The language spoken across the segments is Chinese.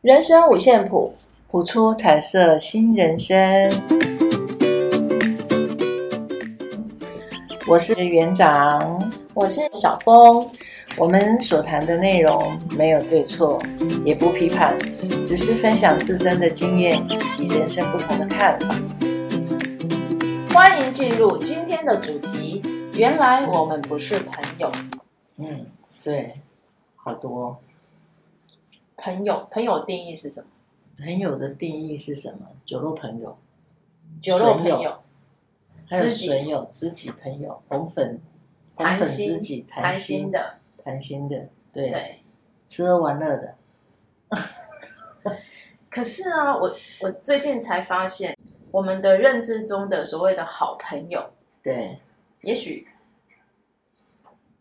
人生五线谱，谱出彩色新人生。我是园长，我是小峰。我们所谈的内容没有对错，也不批判，只是分享自身的经验以及人生不同的看法。欢迎进入今天的主题。原来我们不是朋友，嗯，对，好多朋友，朋友定义是什么？朋友的定义是什么？酒肉朋友，酒肉朋损友友，还有知己损友、知己朋友、红粉、红谈粉知己、心，谈心的、的，谈心的，对。吃喝玩乐的，可是啊，我我最近才发现，我们的认知中的所谓的好朋友，对，也许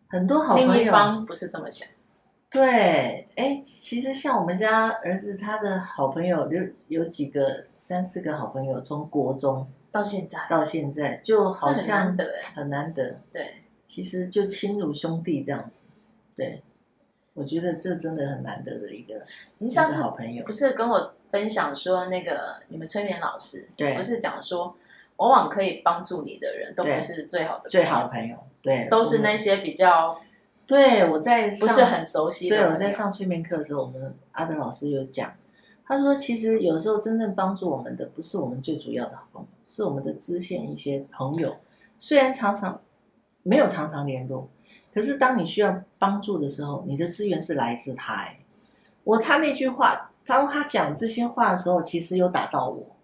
很多好另朋一友。方不是这么想。对，哎，其实像我们家儿子，他的好朋友就有几个，三四个好朋友，从国中到现在，到现在，就那好很像难得哎。很难得。对，其实就亲如兄弟这样子。对，我觉得这真的很难得的一个你一上个次好朋友不。是跟我分享说那个你们催眠老师，对不是讲说往往可以帮助你的人都不对是最好的朋友，最好的朋友，对，都是我那们些比较对我在不是上很熟悉的对，朋友。我在上催眠课的时候，我们阿德老师有讲，他说其实有时候真正帮助我们的不是我们最主要的好朋友，是我们的支线一些朋友，虽然常常没有常常联络，可是当你需要帮助的时候，你的资源是来自他、欸。我他那句话，当他讲这些话的时候，其实有打到我。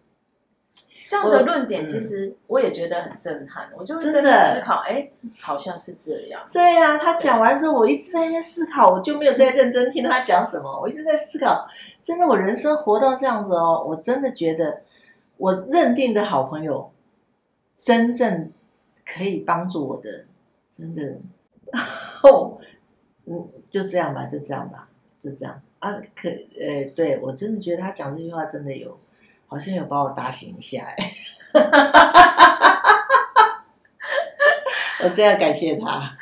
这样我的论点，嗯其实我也觉得很震撼。我就会真在那的思考，哎，好像是这样。对呀、他讲完之后，我一直在那边思考，我就没有在认真听他讲什么，我一直在思考。真的，我人生活到这样子哦，我真的觉得我认定的好朋友，真正可以帮助我的，真的， 哦，嗯，就这样吧，就这样吧，就这样啊。可，呃，对我真的觉得他讲这句话真的有，好像有把我打醒一下、 哎，我真要感谢他。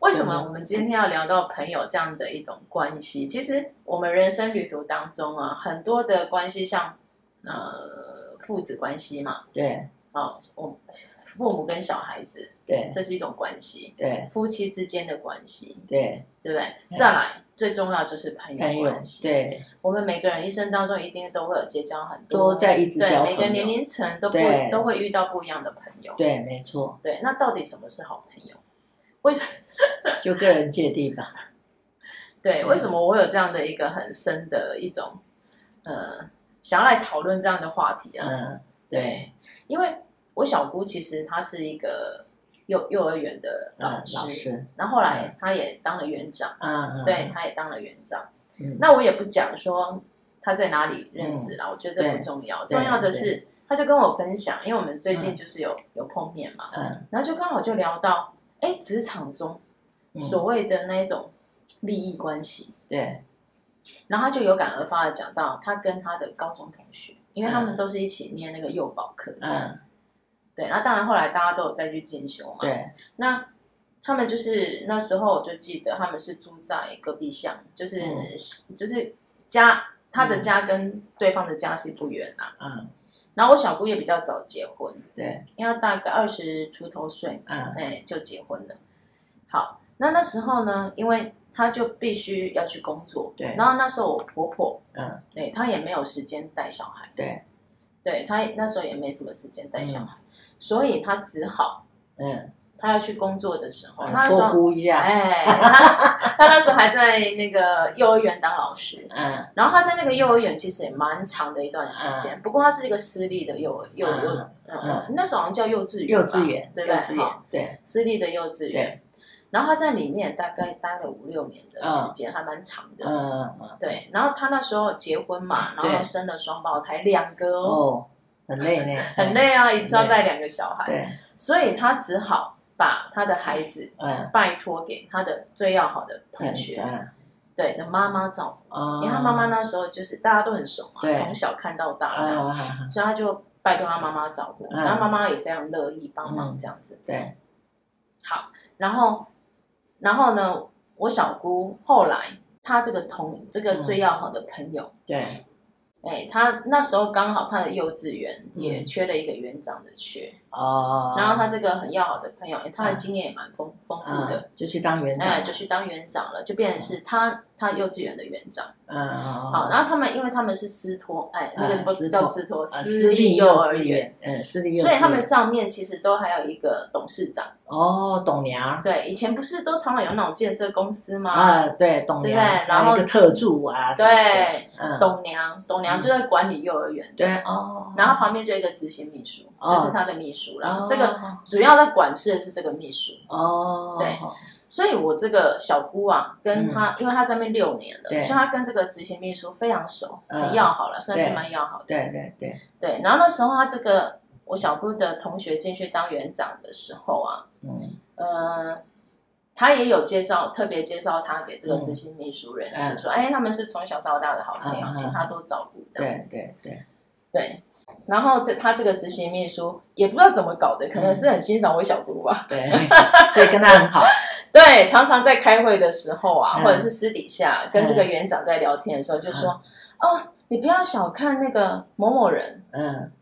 为什么我们今天要聊到朋友这样的一种关系？其实我们人生旅途当中啊，很多的关系像，呃父子关系嘛，对哦，我父母跟小孩子，对这是一种关系，对夫妻之间的关系，对，对不对？嗯再来，最重要就是朋朋友友关系。，对我们每个人一生当中一定都会有结交很多，都在一直对交朋每友，个年龄层都不对都会遇到不一样的朋友。对，没错，对，那到底什么是好朋友？为什 就个人界定吧。对为什么我有这样的一个很深的一种呃想要来讨论这样的话题啊？嗯，对，因为我小姑其实她是一个幼幼儿园的嗯老，师，老师，然后后来她也当了园长，嗯，嗯对，，她也当了园长。嗯那我也不讲说他在哪里任职啦，我觉得这不重要，对重要的是他就跟我分享，因为我们最近就是有、有碰面嘛，嗯然后就刚好就聊到，哎，职场中嗯所谓的那一种利益关系，对然后他就有感而发的讲到他跟他的高中同学，因为他们都是一起念那个幼保课，嗯对，然后当然后来大家都有再去进修嘛，对嗯那他们就是那时候我就记得他们是住在隔壁巷，就是、嗯就是家他的家跟对方的家是不远啊。嗯然后我小姑也比较早结婚，对因为她大概二十出头岁，嗯哎就结婚了。好，那那时候呢，因为她就必须要去工作，对然后那时候我婆婆，嗯对她也没有时间带小孩，对对她那时候也没什么时间带小孩，所以她只好嗯，她要去工作的时候，哦她那嗯时托候孤一下，哎， 他他那时候还在那个幼儿园当老师，嗯然后他在那个幼儿园其实也蛮长的一段时间，不过他是一个私立的幼幼幼，嗯嗯嗯，那时候好像叫幼稚园吧，幼稚园，对不幼对？稚好园，对私立的幼稚园。然后他在里面大概待了五六年的时间，还蛮长的。嗯嗯对，然后他那时候结婚嘛，对然后生了双胞胎，两个哦，哦，很累呢， 很，累啊，一次要累带两个小孩，对，所以他只好把他的孩子嗯拜托给他的最要好的同很学，嗯对的妈妈照顾，哦，因为他妈妈那时候就是大家都很熟嘛，对从小看到大这样，嗯，嗯所以他就拜托他妈妈照顾，嗯然后妈妈也非常乐意帮忙这样子。对好，然后然后呢，我小姑后来她这个同这个最要好的朋友，对哎，他那时候刚好他的幼稚园嗯也缺了一个园长的缺，哦，然后他这个很要好的朋友，哎他的经验也蛮丰丰富嗯的，就去当园长，哎，就去当园长了，就变成是他他幼稚园的园长。嗯嗯，好，后然后他们因为他们是私托，哎，那个嗯什么私托叫私托？私立立幼儿稚，园，嗯，私立幼稚园，所以他们上面其实都还有一个董事长。哦，董娘对，以前不是都常常有那种建设公司吗？啊，对，董对娘，然还有后一个特助啊，什么的，对，嗯，董娘，董娘就在管理幼儿园，对哦，然后旁边就有一个执行秘书，哦就是他的秘书啦。然后哦这个主要在管事的是这个秘书，哦，对所以我这个小姑啊，跟他，因为他在那边六年了，嗯所对以他跟这个执行秘书非常熟，嗯很要好了，算是对蛮要好的。对对对，对，然后那时候他这个我小姑的同学进去当园长的时候啊，嗯呃，他也有介绍，特别介绍他给这个嗯执行秘书认识，嗯说，哎，他们是从小到大的好朋友，嗯嗯请他多照顾这样对子。对 对，对，然后这他这个执行秘书也不知道怎么搞的，可嗯能是很欣赏我小姑吧。 对，所以跟他很好，对，常常在开会的时候啊，嗯或者是私底下跟这个园长在聊天的时候，就说，哦，你不要小看那个某某人，嗯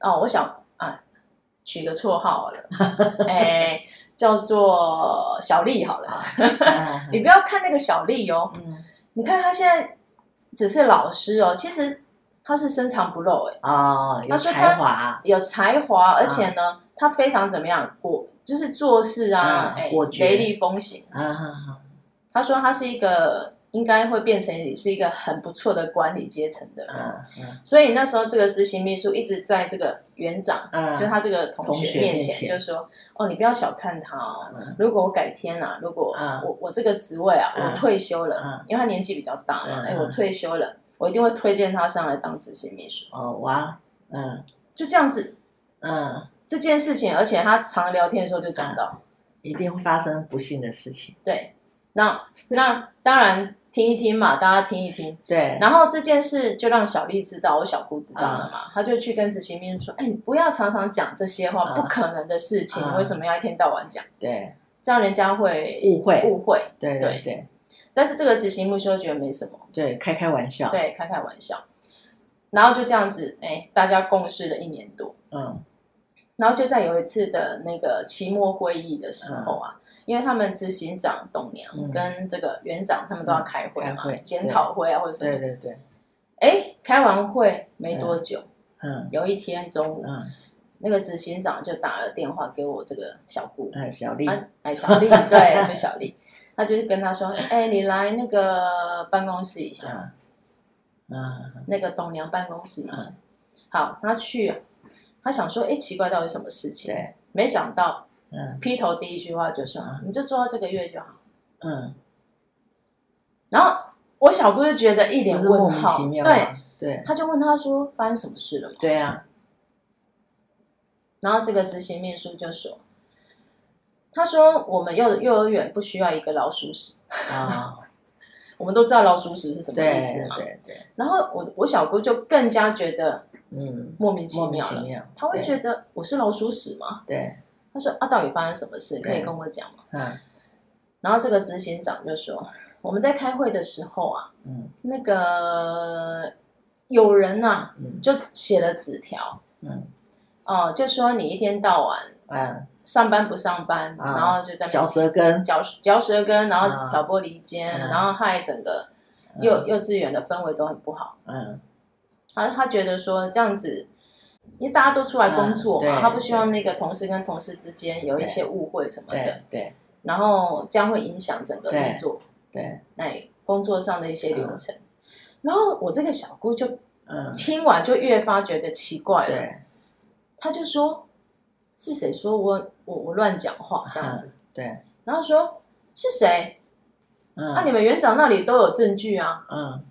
哦，我想啊，取个绰号 好了，哎，叫做小丽好了。嗯 你不要看那个小丽哦，嗯你看她现在只是老师哦，其实她是深藏不露哎，哦，有他说才他华，有才华，而且呢，啊她非常怎么样果，就是做事啊，嗯哎、果决雷厉风行。嗯嗯嗯她说她是一个应该会变成是一个很不错的管理阶层的人，嗯嗯所以那时候这个执行秘书一直在这个园长嗯，就他这个同同学学面面前，前就说：“哦，你不要小看他哦。嗯如果我改天啊，如果嗯我我这个职位啊，嗯我退休了嗯，因为他年纪比较大嘛，嗯哎，嗯我退休了，我一定会推荐他上来当执行秘书。哦哇，嗯”就这样子，嗯，这件事情，而且他常聊天的时候就讲到，一定会发生不幸的事情，对，那那当然听一听嘛，大家听一听。对，然后这件事就让小丽知道，我小姑知道了嗯嘛，她就去跟执行秘书说：“哎，你不要常常讲这些话，嗯不可能的事情，嗯为什么要一天到晚讲？对这样人家会误会误会。”对对对对但是这个执行秘书觉得没什么，对，开开玩笑，对，开开玩笑。然后就这样子，哎，大家共事了一年多。嗯然后就在有一次的那个期末会议的时候啊，因为他们执行长董娘嗯跟这个园长他们都要开会嗯嘛，开会检讨会啊或者什对么。对对，哎，开完会没多久，嗯有一天中午，嗯那个执行长就打了电话给我这个小姑，嗯，小丽，啊，哎，小丽，对，就小丽，他就是跟他说，哎，你来那个办公室一下。嗯嗯那个董娘办公室一下。好，他去、啊，他想说，哎、奇怪，到底什么事情？对，没想到嗯劈头第一句话就说，嗯你就做到这个月就好。嗯，然后我小姑就觉得一不脸是莫问名号其，妙啊对，吗？对他就问他说，发生什么事了吗？对啊，然后这个执行秘书就说。他说：“我们幼幼儿园不需要一个老鼠屎，啊，我们都知道老鼠屎是 什么对意思啊嘛。对对，然后我我小姑就更加觉得嗯，莫名其莫名妙其了，妙，她会对觉得我是老鼠屎吗？对，他说啊，到底发生什么事？可对以跟我讲吗？嗯然后这个执行长就说，我们在开会的时候啊，嗯那个有人呐、啊、嗯就写了纸条，嗯哦、就说你一天到晚嗯，上班不上班，啊然后就在那边嚼舌根，嚼嚼舌根，然后啊挑拨离间，嗯然后害整个嗯幼幼稚园的氛围都很不好。嗯他他觉得说这样子。因为大家都出来工作嘛，嗯对他不希望那个同事跟同事之间有一些误会什么的对，对然后这样会影响整个运作。对，哎工作上的一些流程。然后我这个小姑就嗯听完就越发觉得奇怪了，对她就说是谁说我我我乱讲话嗯这样子，对，然后说是谁？嗯那、啊你们园长那里都有证据啊？嗯，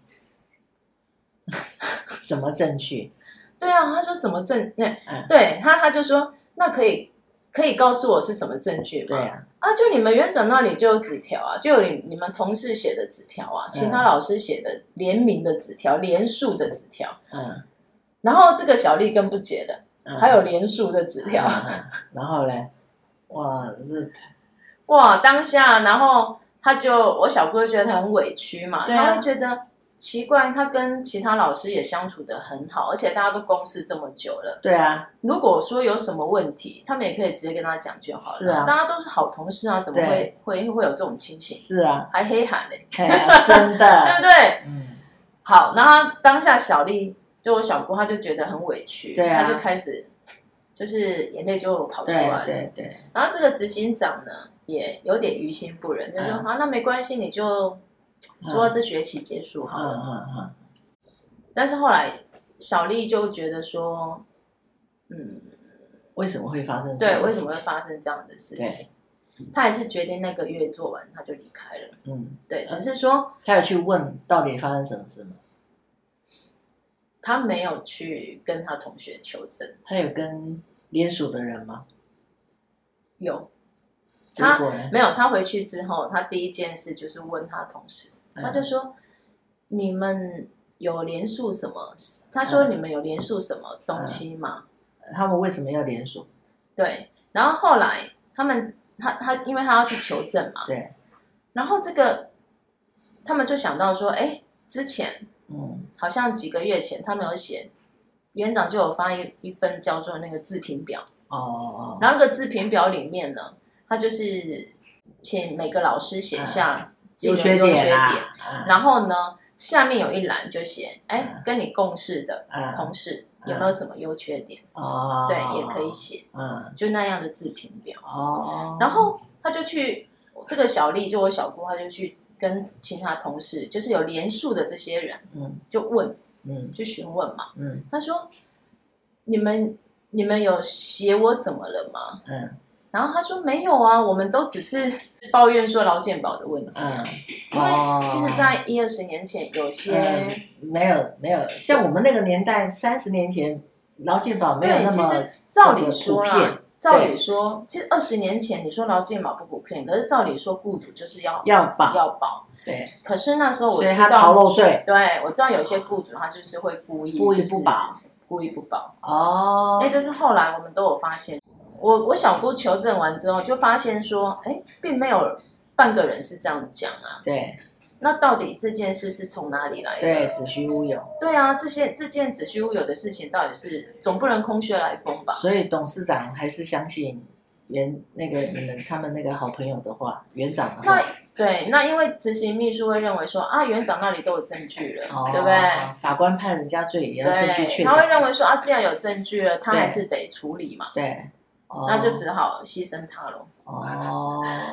什么证据？对啊，她说怎么证？对、嗯对，她她就说那可以可以告诉我是什么证据吗？对啊，啊，就你们园长那里就有纸条啊，就有你你们同事写的纸条啊，其他嗯老师写的联名的纸条、联署的纸条。嗯然后这个小丽更不解了，嗯，还有连署的纸嗯条，嗯然后嘞，哇，是，哇！当下，然后他就我小姑就觉得她很委屈嘛，对啊她会觉得奇怪，他跟其他老师也相处的很好，而且大家都共事这么久了。对啊，如果说有什么问题，他们也可以直接跟他讲就好了。是啊大家都是好同事啊，怎么会会会有这种情形？是啊，还黑喊嘞、哎呀，真对 不的，对？嗯，好，然后当下小丽就我小姑，她就觉得很委屈，对啊她就开始就是眼泪就跑出对来了。对对，然后这个执行长呢也有点于心不忍，就说、嗯好，那没关系，你就嗯说这学期结束好嗯了。嗯嗯，但是后来小丽就觉得说，嗯，为什么会发生这对，样的为事什情？么会发生这样的事情对？她还是决定那个月做完，她就离开了。嗯，对，嗯只是说他有去问到底发生什么事吗？她没有去跟她同学求证，他有跟联署的人吗？有结她果呢？没有，他回去之后，他第一件事就是问他同事，嗯他就说：“你们有连署什么？”他说：“嗯你们有连署什么东西吗他们为什么要联署？？”对，然后后来他们他他因为他要去求证嘛，对，然后这个他们就想到说：“哎，之前嗯，好像几个月前他们有写。”园长就有发一一份叫做那个自评表，哦哦，哦然后那个自评表里面呢，他就是请每个老师写下自己嗯有的优缺缺点点，啊，啊然后呢，下面有一栏就写，哎嗯，跟你共事的啊同事嗯有没有什么优缺点？哦，对，也可以，写，嗯，就那样的自评表。哦，然后他就去这个小丽，就我小姑，她就去跟其他同事，就是有连数的这些人，嗯就问，嗯就询问嘛。嗯他说，你们你们有写我怎么了吗？嗯然后他说没有啊，我们都只是抱怨说劳健保的问题啊、嗯，因为哦其实，在一二十年前，有些、嗯没有没有，像我们那个年代，三十年前劳健保没有对，那其么实，照理说这么普啦遍，照理说，其实二十年前你说劳健保不普遍，可是照理说雇主就是要要保，要保。对，可是那时候我所以知他逃道，漏税，对我知道有些雇主他就是会故意故意就是不保，故意不保。哦哎，，这是后来我们都有发现，我我小姑求证完之后就发现说，哎，并没有半个人是这样讲啊。对那到底这件事是从哪里来的？对，子虚乌有，对啊，这些这件子虚乌有的事情到底是总不能空穴来风吧？所以董事长还是相信原那个你们他们那个好朋友的话，园长的那话，对，那因为执行秘书会认为说啊，园长那里都有证据了，哦对不对？？法官判人家罪也要证据对，确他会凿，认为说啊，既然有证据了，他对还是得处理嘛，对，哦那就只好牺牲他了。哦，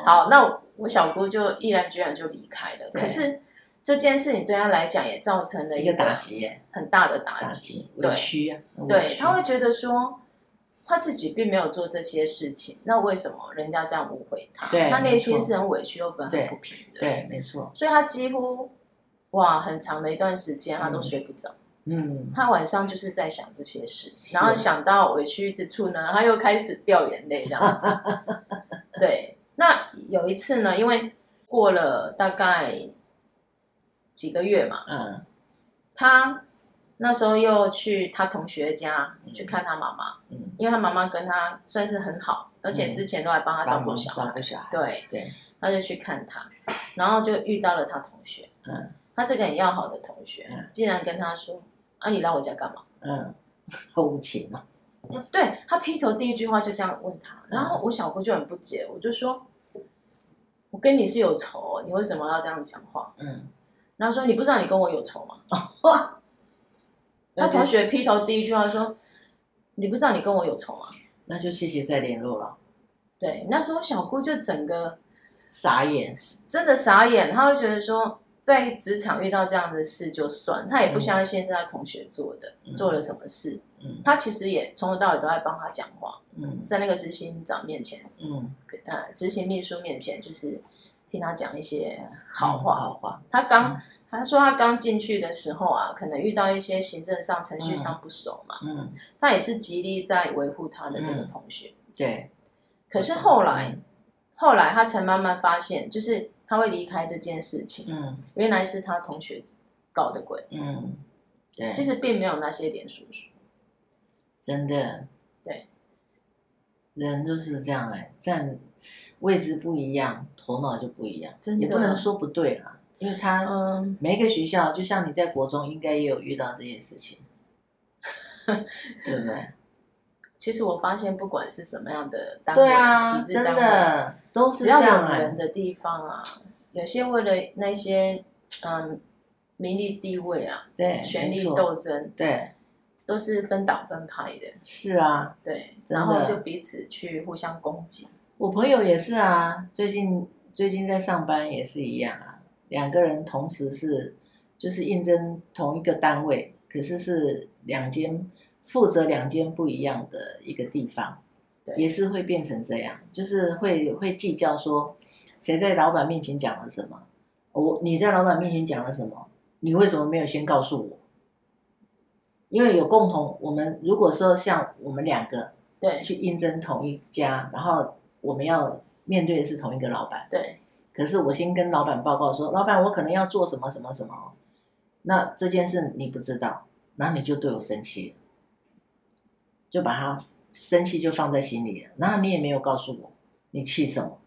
好，那我我小姑就毅然决然就离开了。对可是这件事情对她来讲也造成了一一个个打击耶，很大的打打击，击对委屈啊，很委对，屈她会觉得说。她自己并没有做这些事情，那为什么人家这样误会她？对她内心没错是很委屈又愤对恨不平的。对，没错，所以他几乎哇很长的一段时间他都睡不着，嗯，他晚上就是在想这些事，是然后想到委屈之处呢，他又开始掉眼泪这 样子。对，那有一次呢，因为过了大概几个月嘛，嗯他那时候又去他同学家嗯去看他妈妈，嗯，因为他妈妈跟他算是很好，而且之前都还帮他照帮顾忙小照孩。顾小孩，对，对，他就去看他，然后就遇到了他同学，嗯他这个很要好的同学嗯，竟然跟他说：“啊，你来我家干嘛嗯，好无情哦，？”对他劈头第一句话就这样问他，然后我小姑就很不解，我就说：“我跟你是有仇哦，你为什么要这样讲话嗯，？”然后说：“你不知道你跟我有仇吗 那？”他就同学劈头第一句话说：“你不知道你跟我有仇吗那就谢谢再联络了，？”对，那时候小姑就整个傻眼，真的傻眼，她会觉得说。在职场遇到这样的事就算，她也不嗯相信是她同学做的，嗯做了什么事，嗯他其实也从头到尾都在帮他讲话，嗯在那个执行长面前，嗯，呃，执行秘书面前，就是听他讲一些好话。嗯好嗯话，他刚、他说他刚进去的时候啊，可能遇到一些行政上、程序上不熟嘛，嗯，他也是极力在维护他的这个同学。对，可是后来，嗯后来他才慢慢发现，就是他会离开这件事情，嗯原来是他同学搞的鬼，嗯，对，其实并没有那些脸叔叔。真的，对，人就是这样哎、站位置不一样，头脑就不一样，真的也不能说不对啦，因为他嗯，每一个学校，就像你在国中，应该也有遇到这些事 情，对不对？其实我发现，不管是什么样的单位、对啊，体制真单位，的都是只这要样有哎、人的地方啊，有些为了那些嗯名利地位啊、对，权没力错斗争，对，都是分党分派的，是啊，对，真的然后就彼此去互相攻击。我朋友也是啊，最近最近在上班也是一样啊，两个人同时是就是应征同一个单位，可是是两间负责两间不一样的一个地方，对也是会变成这样，就是会会计较说谁在老板面前讲了什么，我你在老板面前讲了什么，你为什么没有先告诉我？因为有共同，我们如果说像我们两个对去应征同一家，然后我们要面对的是同一个老板。对可是我先跟老板报告说，老板，我可能要做什么什么什么哦，那这件事你不知道，然后你就对我生气了，就把他生气就放在心里了，然后你也没有告诉我你气什么，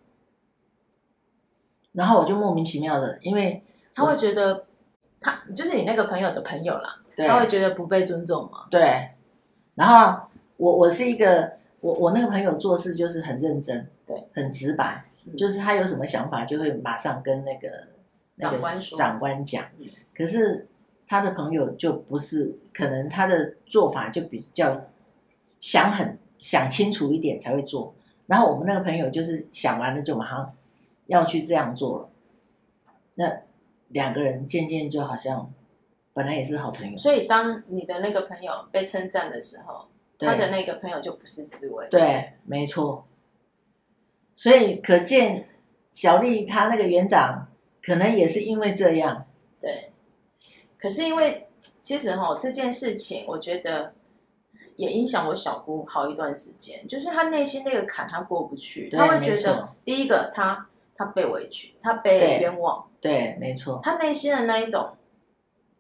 然后我就莫名其妙的，因为他会觉得他就是你那个朋友的朋友啦，对他会觉得不被尊重嘛。对，然后我我是一个我我那个朋友做事就是很认真，对，很直白，嗯就是他有什么想法就会马上跟那个那个长官说长官讲嗯。可是他的朋友就不是，可能他的做法就比较想很想清楚一点才会做。然后我们那个朋友就是想完了就马上要去这样做了，那两个人渐渐就好像本来也是好朋友，所以当你的那个朋友被称赞的时候，对他的那个朋友就不是滋味。对，没错。所以可见，小丽她那个园长可能也是因为这样，对，可是因为其实哈这件事情，我觉得也影响我小姑好一段时间，就是她内心那个坎她过不去，对她会觉没得错第一个她她被委屈，她被对冤枉，对，没错，她内心的那一种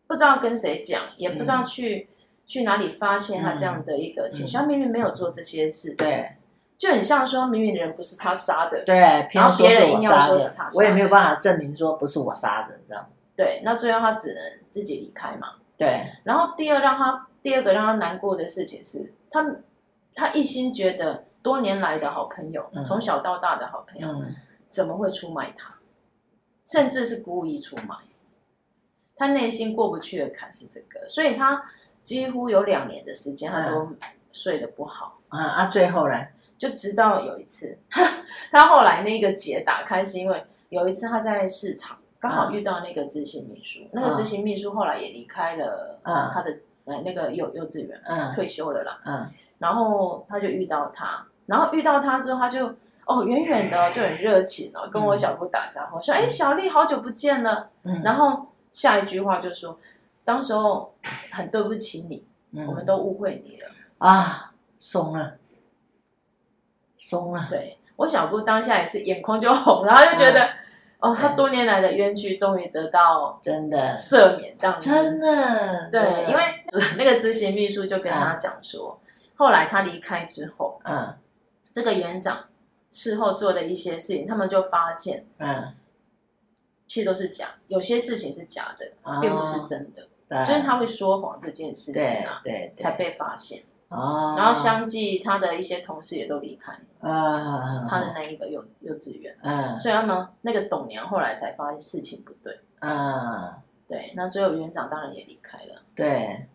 不知道跟谁讲，也不知道去、去哪里发泄她这样的一个情绪，嗯她明明没有做这些事，，对就很像说明明人不是她杀的，对，偏要说别是人我硬要杀说是的他，我也没有杀的办法证明说不是我杀的，这样对，那最后她只能自己离开嘛。对然后第二让他第二个让他难过的事情是，他他一心觉得多年来的好朋友，嗯从小到大的好朋友，嗯，怎么会出卖他？甚至是故意出卖。他内心过不去的坎是这个，所以他几乎有两年的时间，他都嗯睡得不好。啊啊，最后呢，就直到有一次，他后来那个结打开是因为有一次他在市场刚嗯好遇到那个执行秘书，那个执行秘书后来也离开了嗯他的、呃那个幼幼稚园，嗯退休了啦。嗯然后他就遇到他，然后遇到他之后，他就哦远远的就很热情哦，跟我小姑打招呼说：“哎、小丽，好久不见了。”嗯，然后下一句话就说：“当时候很对不起你，我们嗯都误会你了。”啊，松了，松了，对我小姑当下也是眼眶就红了，她就觉得、嗯哦，她多年来的冤屈终于得到呃真的，赦免，这样子。真的，啊对真的，因为那个执行秘书就跟她讲说，后来她离开之后，嗯这个园长事后做的一些事情，他们就发现嗯，其实都是假，有些事情是假的，啊并不是，真的，对就是他会说谎这件事情哦对啊，对对才被发现。哦，然后相继他的一些同事也都离开啊，他的那一个幼幼稚园。嗯所以他们那个董娘后来才发现事情不对，嗯，对，那最后园长当然也离开了，对，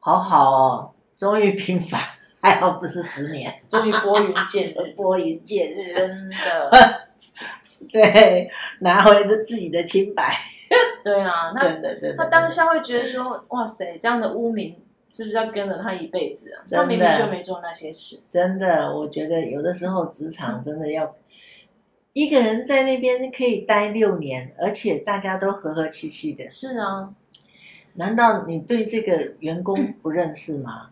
好好哦，终于平反，还好不是十年， 终于拨云见 日，拨云见日，真的，对，拿回了自己的清 白，对啊，那真的真的。他当下会觉得说，哇塞，这样的污名是不是要跟着他一辈子啊？真的他明明就没做那些事，真的，我觉得有的时候职场真的要一个人在那边可以待六年，而且大家都和和气气的，是啊，难道你对这个员嗯工不认识吗？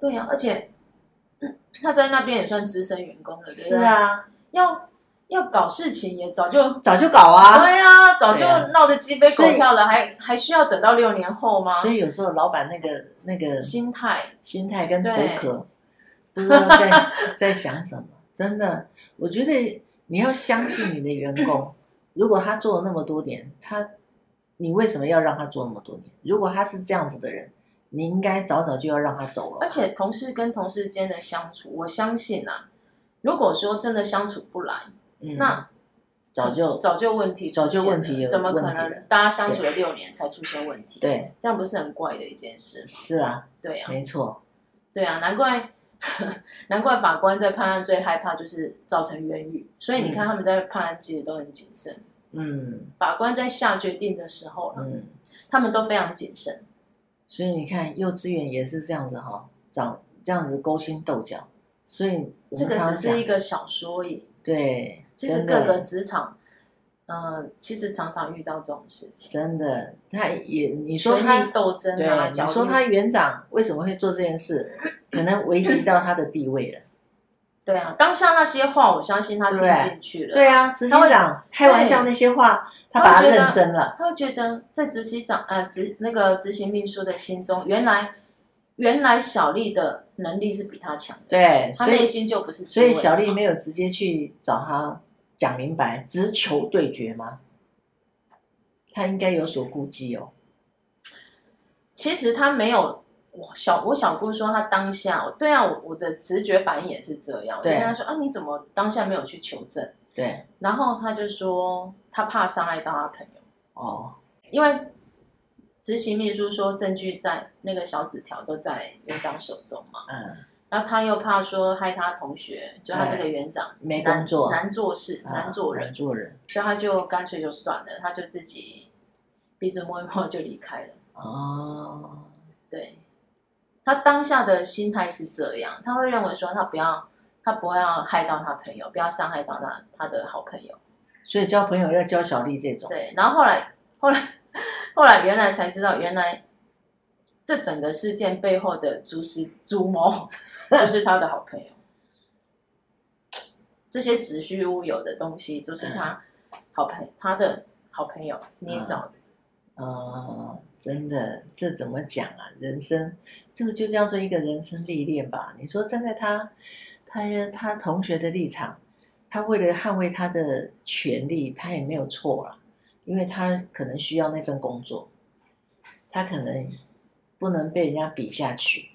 对啊，而且 嗯他在那边也算资深员工了，对不对？是，啊，要要搞事情也早就。早就搞啊。对啊，早就对啊闹得鸡飞狗所以跳了，还还需要等到六年后吗？所以有时候老板那个那个心态心态跟头对壳，不知道 在在想什么。真的，我觉得你要相信你的员工，如果他做了那么多年，他你为什么要让他做那么多年？如果他是这样子的人，你应该早早就要让他走了。而且同事跟同事间的相处，我相信啊，如果说真的相处不来，嗯，那嗯早就早就问题出早就现问题了有怎么问可题了能大家相处了六年才出现问题？，对，这样不是很怪的一件事吗？是啊，对啊，没错，对啊，难怪 难怪法官在判案最害怕就是造成冤狱，所以你看他们在判案其实都很谨慎。嗯法官在下决定的时候啦，嗯，他们都非常谨慎。所以你看，幼稚园也是这样子哈、长这样子勾心斗角，所以我这们个常常只是一讲个小说而已，对，其实真的各个职场，呃，其实常常遇到这种事情，真的，他也你说权他力斗争啊，对，角你力说他园长为什么会做这件事，可能危及到他的地位 了。对啊，当下那些话，我相信他听对进去了，对，啊，执行长开玩笑那些话，他把他认真了。他会觉得在执行长呃执那个执行秘书的心中，原来原来小丽的能力是比他强的，对，他所内以心就不是滋所味以嘛，小丽没有直接去找他讲明白，直球对决吗？他应该有所顾忌哦。其实他没有，我小我小姑说她当下，我对啊，我我的直觉反应也是这样，我就对跟她说啊，你怎么当下没有去求证？对，然后她就说她怕伤害到她朋友，哦，因为执行秘书说证据在那个小纸条都在园长手中嘛，嗯，哎然后她又怕说害她同学，就她这个园长没难工作，难做事，啊难做人难，做人。所以她就干脆就算了，她就自己鼻子摸一摸就离开了。哦，对，他当下的心态是这样，他会认为说他不要，他不要害到他朋友，不要伤害到他他的好朋友。所以交朋友要交小丽这种。对，然后后来后来后来原来才知道，原来这整个事件背后的蛛丝蛛谋就是他的好朋友。这些子虚乌有的东西，就是他好朋、他的好朋友捏造的。哦，真的，这怎么讲啊？人生，这个就叫做一个人生历练吧。你说站在他、他、他同学的立场，他为了捍卫他的权利，他也没有错啦，因为他可能需要那份工作，他可能不能被人家比下去，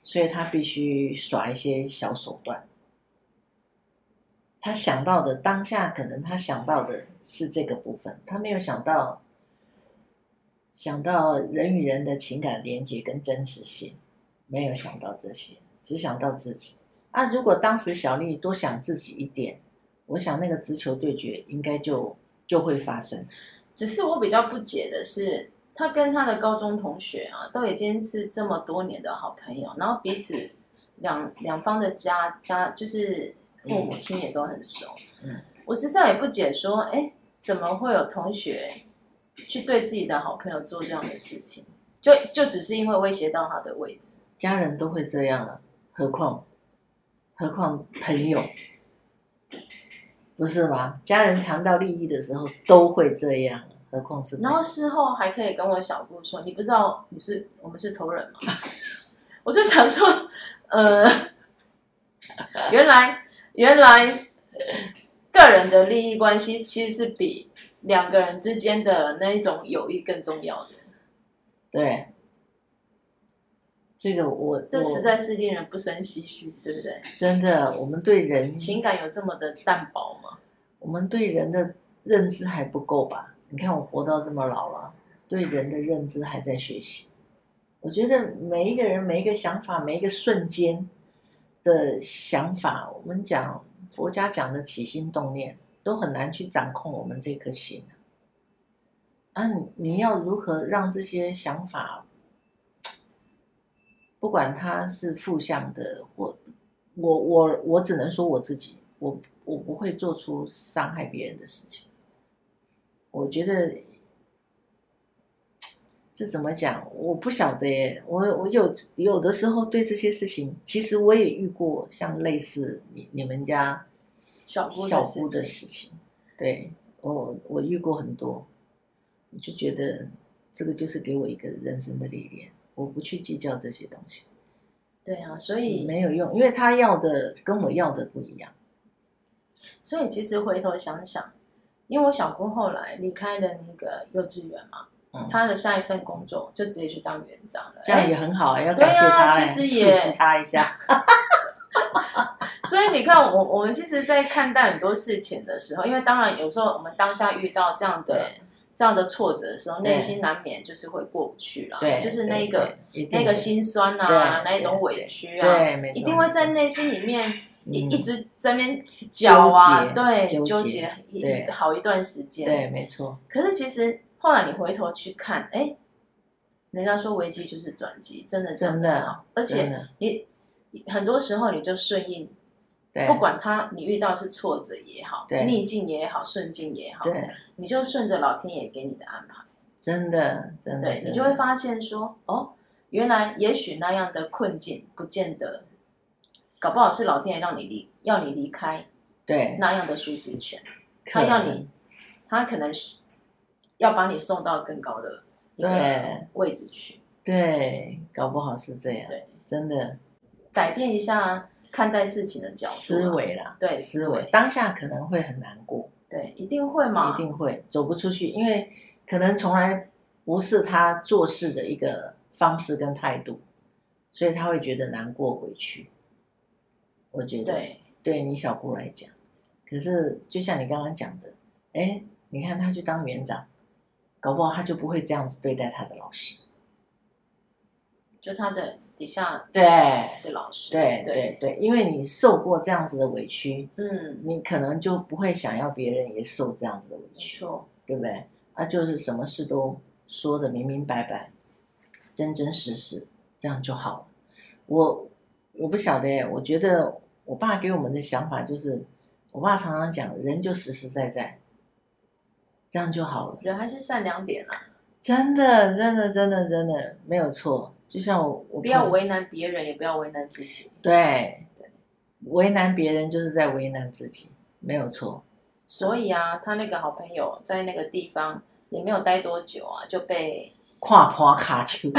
所以他必须耍一些小手段。他想到的当下，可能他想到的是这个部分，他没有想到想到人与人的情感连接跟真实性，没有想到这些，只想到自己。啊，如果当时小丽多想自己一点，我想那个直球对决应该就就会发生。只是我比较不解的是，他跟他的高中同学啊，都已经是这么多年的好朋友，然后彼此两两方的家家就是父母亲也都很熟。嗯，我实在也不解说，哎，怎么会有同学去对自己的好朋友做这样的事情？就就只是因为威胁到他的位置，家人都会这样了，何况何况朋友，不是吗？家人谈到利益的时候都会这样，何况是朋友然后事后还可以跟我小姑说，你不知道你是我们是仇人吗？ 我就想说，呃，原来原来个人的利益关系其实是比两个人之间的那一种友谊更重要的，对这个我这我实在是令人不胜唏嘘，对不对？真的，我们对人情感有这么的淡薄吗？我们对人的认知还不够吧？你看我活到这么老了，对人的认知还在学习。我觉得每一个人、每一个想法、每一个瞬间的想法，我们讲佛家讲的起心动念，都很难去掌控我们这颗心。啊，你你要如何让这些想法，不管它是负向的，或我我我只能说我自己，我我不会做出伤害别人的事情。我觉得这怎么讲，我不晓得耶。我我有有的时候对这些事情，其实我也遇过像类似你你们家小姑小的事姑的情事情，对我我遇过很多，我就觉得这个就是给我一个人生的历练，我不去计较这些东西。对啊，所以没有用，因为他要的跟我要的不一样。所以其实回头想想，因为我小姑后来离开了那个幼稚园嘛，嗯她的下一份工作就直接去当园长了。这样哎也很好啊，要对啊感谢他欸，其实也刺激他一下，所以你看，我我们其实，在看待很多事情的时候，因为当然有时候我们当下遇到这样的对这样的挫折的时候，对内心难免就是会过不去啦，对，就是对那个对一定那个心酸啊，对那一种委屈啊，对，没错一定会在内心里面一嗯一直在那边搅啊，纠结对，纠纠结结一对好一段时间，对，没错，可是其实后来你回头去看，哎，人家说危机就是转机，真的真的的啊，而真且的你很多时候你就顺应，对，不管他你遇到是挫折也好，对逆境也好，顺境也好，对，你就顺着老天爷给你的安排，真的真的，对你真就会的发现说，哦，原来也许那样的困境不见得。搞不好是老天爷让你离，要你离开对，那样的舒适圈，可他要能你，他可能是要把你送到更高的一个对位置去，对，搞不好是这样，对，真的改变一下看待事情的角度啊、思维啦，对思维，当下可能会很难过，对，一定会嘛，一定会走不出去，因为可能从来不是他做事的一个方式跟态度，所以他会觉得难过回去。我觉得，对对你小姑来讲，可是就像你刚刚讲的，哎，你看他去当园长，搞不好他就不会这样子对待他的老师。就他的底下对，的老师，对，对，对，对，因为你受过这样子的委屈，嗯，你可能就不会想要别人也受这样子的委没屈，错，对不对？啊，就是什么事都说的明明白白、真真实实，这样就好了。我我不晓得耶，我觉得我爸给我们的想法就是，我爸常常讲，人就实实在在，这样就好了。人还是善良点啊啦、真的，真的，真的，真的没有错。就像我，我不要碰为难别人，也不要为难自己，对，为难别人就是在为难自己，没有错。所以啊，他那个好朋友在那个地方也没有待多久啊，就 被。跨坡卡丘，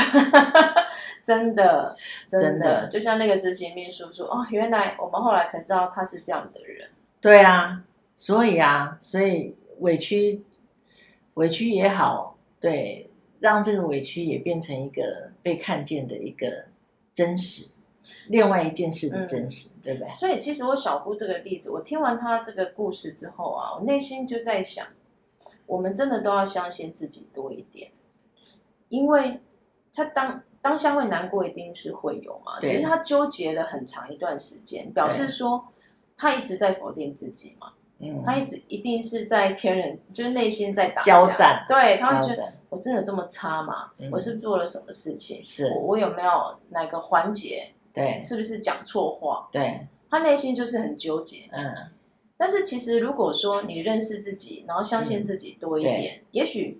真的，真的，真的就像那个执行秘书说，哦，原来我们后来才知道他是这样的人，对啊，所以啊，所以委屈，委屈也好，对，让这个委屈也变成一个被看见的一个真实，另外一件事的嗯真实，对不对？所以其实我小姑这个例子，我听完她这个故事之后啊，我内心就在想，我们真的都要相信自己多一点，因为她当当下会难过，一定是会有嘛。对只是她纠结了很长一段时间，表示说她一直在否定自己嘛，她一嗯，直一定是在天人，就是内心在打交架战对，她调会觉得整我真的这么差吗？嗯我是做了什么事情？是我我有没有哪个环节对是不是讲错话？对，他内心就是很纠结。嗯，但是其实如果说你认识自己，然后相嗯信自己多一点，也许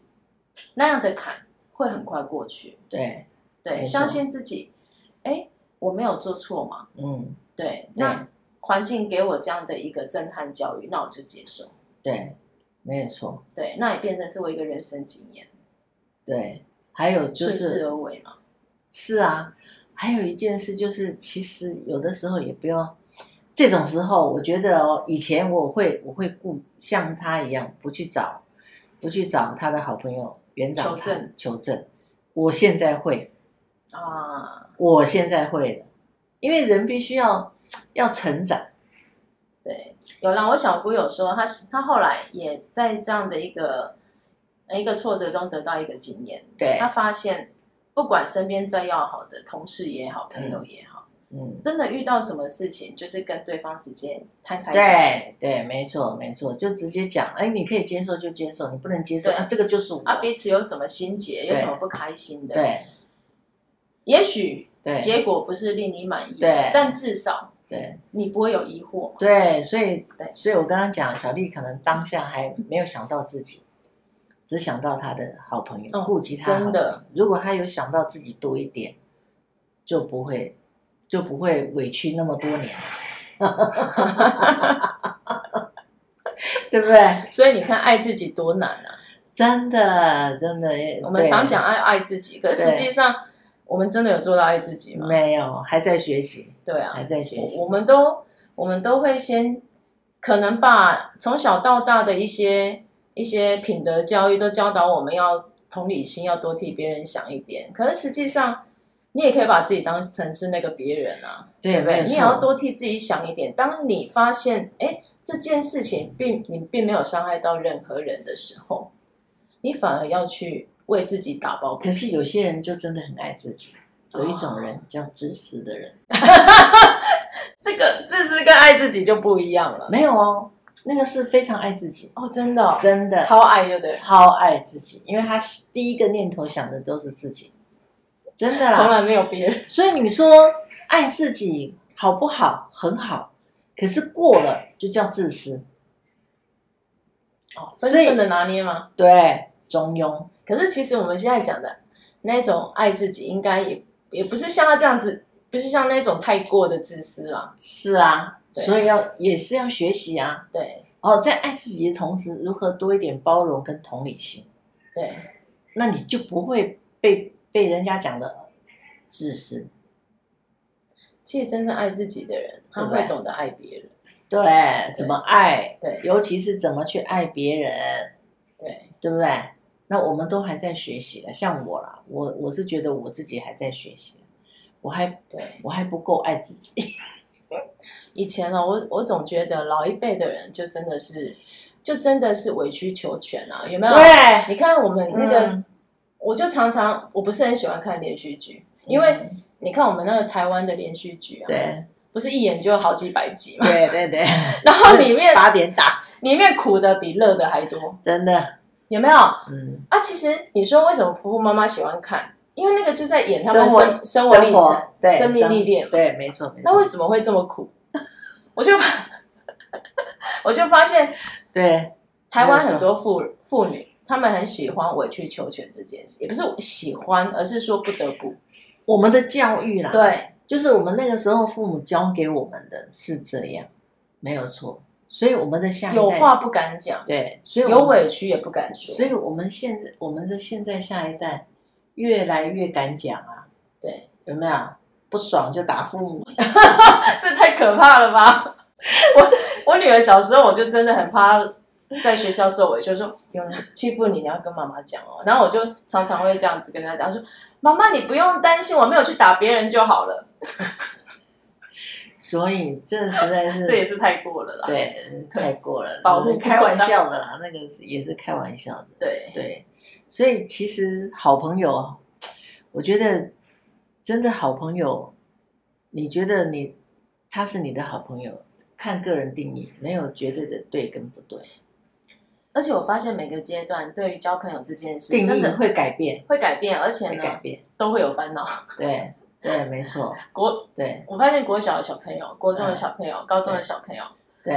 那样的坎会很快过去。对，没对，错相信自己，哎，我没有做错嘛？嗯，对，对那环境给我这样的一个震撼教育，那我就接受。对，没有错，对，那也变成是我一个人生经验，对，还有就顺是势而为嘛。是啊，还有一件事就是，其实有的时候也不要，这种时候我觉得哦，以前我会我会顾像他一样不去找，不去找他的好朋友园长求谈证求证，我现在会，啊，我现在会了，因为人必须要要成长，对，有啦。我小姑有说，她她后来也在这样的一个呃一个挫折中得到一个经验。对他，发现，不管身边再要好的同事也好，朋友也好，嗯，真的遇到什么事情，就是跟对方直接摊开讲。对对，没错没错，就直接讲，哎，你可以接受就接受，你不能接受，对啊，这个就是我，啊，彼此有什么心结，有对什么不开心的，，对也许对结果不是令你满意，对但至少对。你不会有疑惑嘛。对，所以对所以我刚刚讲，小丽可能当下还没有想到自己，只想到她的好朋友，嗯顾及她好朋友真的。如果她有想到自己多一点，就不会就不会委屈那么多年， 对不对？所以你看，爱自己多难啊！真的真的，我们对常讲爱爱自己，可是实际上，我们真的有做到爱自己吗？没有，还在学习，对啊，还在学习，我我们都我们都会先可能把从小到大的一些一些品德教育都教导我们要同理心，要多替别人想一点。可是实际上，你也可以把自己当成是那个别人啊。对对不对？你也要错多替自己想一点。当你发现，哎，这件事情并你并没有伤害到任何人的时候，你反而要去为自己打抱不可平。是有些人就真的很爱自己，有一种人叫自私的人，这个自私跟爱自己就不一样了。没有哦，那个是非常爱自己，哦，真的、哦，真的超爱，对不对？超爱自己，因为他第一个念头想的都是自己，真的 从啦。来没有别人。所以你说爱自己好不好？很好，可是过了就叫自私，哦， 所分以寸的拿捏嘛。对，中庸。可是其实我们现在讲的那种爱自己，应该也也不是像他这样子，不是像那种太过的自私啦。是啊，对所以要也是要学习啊。对哦，在爱自己的同时，如何多一点包容跟同理心，对，那你就不会被被人家讲的自私。其实真正爱自己的人，他对会懂得爱别人。对，怎么爱，对尤其是怎么去爱别人，对。对不对？那我们都还在学习的，像我啦，我我是觉得我自己还在学习，我还对，我还不够爱自己。以前呢、我我总觉得老一辈的人就真的是，就真的是委曲求全啊，有没有？对，你看我们那个，嗯我就常常我不是很喜欢看连续剧，因为你看我们那个台湾的连续剧啊，，嗯 对不是一演就有好几百集嘛，对对对， 然后里 面八点打，里面苦的比乐的还多，真的，有没有？啊，嗯，其实你说为什么婆婆妈妈喜欢看？因为那个就在演他生们活生生活历程、对生命历练嘛。对，没错没错。那为什么会这么苦？ 我就发 我就发现对台湾很多妇妇女，她们很喜欢委曲求全这件事，也不是喜欢，而是说不得不。我们的教育啦，，对就是我们那个时候父母教给我们的是这样，没有错。所以我们的下一代有话不敢讲，对，所以我们有委屈也不敢说。所以我们现在我们的现在下一代越来越敢讲啊，对，有没有？不爽就打父母， 这太可怕了吧！我我女儿小时候，我就真的很怕她在学校受委屈，说有人欺负你，你要跟妈妈讲哦。然后我就常常会这样子跟她讲，说妈妈你不用担心，我没有去打别人就好了。所以这实在是 这也是太过了啦。对嗯太过了，保护就是开玩笑的啦，那个是也是开玩笑的，对对，所以其实好朋友，我觉得真的好朋友，你觉得你他是你的好朋友，看个人定义，没有绝对的对跟不对，而且我发现每个阶段对于交朋友这件事，定真义的会改变，会改变，而且会改呢变，都会有烦恼。对对，没错，国对我发现国小的小朋友、国中嗯的小朋友、高中的小朋友、对，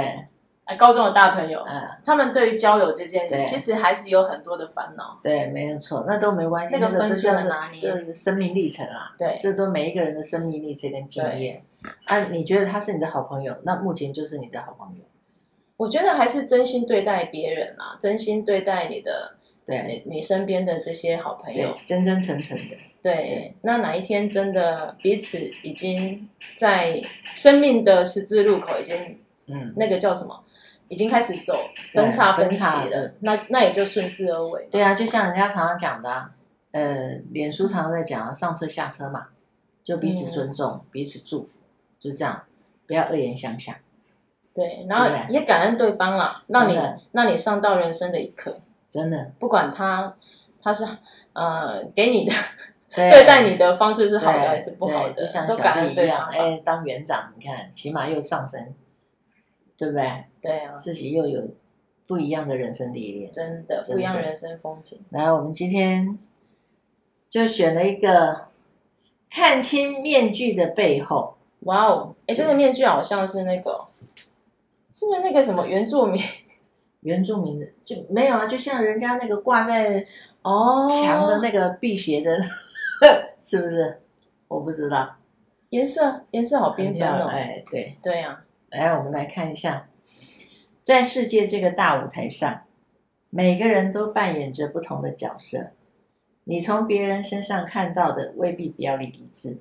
哎，高中的大朋友，啊他们对于交友这件对事，其实还是有很多的烦恼。对，没有错，那都没关系，那个都叫分寸的做拿捏就是生命历程啊，对这都每一个人的生命历程跟经对验。啊，你觉得他是你的好朋友，那目前就是你的好朋友，我觉得还是真心对待别人啊，真心对待你的对你你身边的这些好朋友对。，真真诚诚的，对，对那哪一天真的彼此已经在生命的十字路口已经嗯，那个叫什么，已经开始走对分叉分分歧叉了对，那那也就顺势而为。对啊，就像人家常常讲的、啊，呃，脸书常常在讲啊，上车下车嘛，就彼此嗯尊重，彼此祝福，就这样，不要恶言相向。对，然对不后对也感恩对方啦，让你真的让你上到人生的一课，真的，不管他他是呃给你的 对对待你的方式是对好的还是不好对的就像，都感小恩弟一对啊样，方哎、吧。当园长，你看，起码又上升，对不对？对啊，自己又有不一样的人生历练。真的真的不一样人生风景。来，我们今天就选了一个看清面具的背后，哇哦，哎，这个面具好像是那个，是不是那个什么原住民？原住民的就没有啊，就像人家那个挂在哦墙的那个辟邪的， 是不是？我不知道，颜色颜色好很缤纷漂亮。哦。哎，对，对啊，来，我们来看一下，在世界这个大舞台上，每个人都扮演着不同的角色。你从别人身上看到的未必表里一致，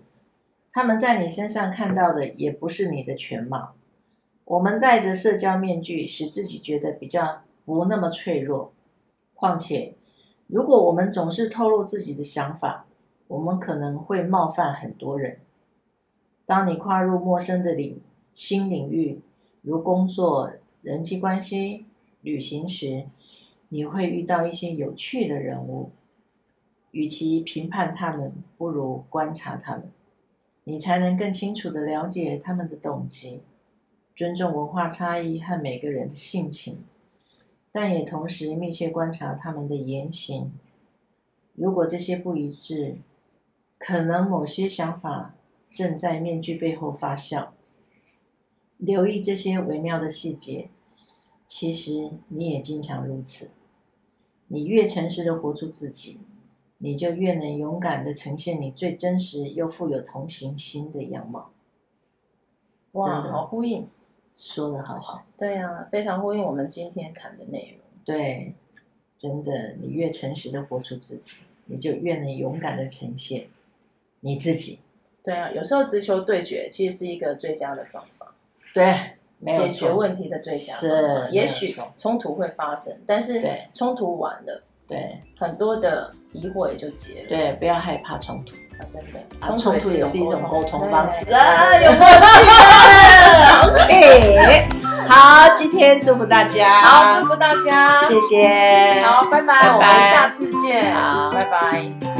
他们在你身上看到的也不是你的全貌。我们戴着社交面具，使自己觉得比较不那么脆弱，况且，如果我们总是透露自己的想法，我们可能会冒犯很多人。当你跨入陌生的领新领域，如工作、人际关系、旅行时，你会遇到一些有趣的人物。与其评判他们，不如观察他们，你才能更清楚地了解他们的动机，尊重文化差异和每个人的性情，但也同时密切观察他们的言行。如果这些不一致，可能某些想法正在面具背后发酵。留意这些微妙的细节，其实你也经常如此。你越诚实的活出自己，你就越能勇敢的呈现你最真实又富有同情心的样貌。哇，真的好呼应，说的好好，对啊，非常呼应我们今天谈的内容。对，真的，你越诚实的活出自己，你就越能勇敢的呈现你自己。对啊，有时候直球对决其实是一个最佳的方法，对，没有解决错。问题的最佳方法。是也许没有错冲突会发生，但是对冲突完了，对很多的疑惑也就结了。对，不要害怕冲突，啊，真的，啊冲突也是一种沟通方式对啊，有默契的。OK，好，哎今天祝福大家，哎好，祝福大家，谢谢，好，拜拜拜，拜我们下次见，好拜拜。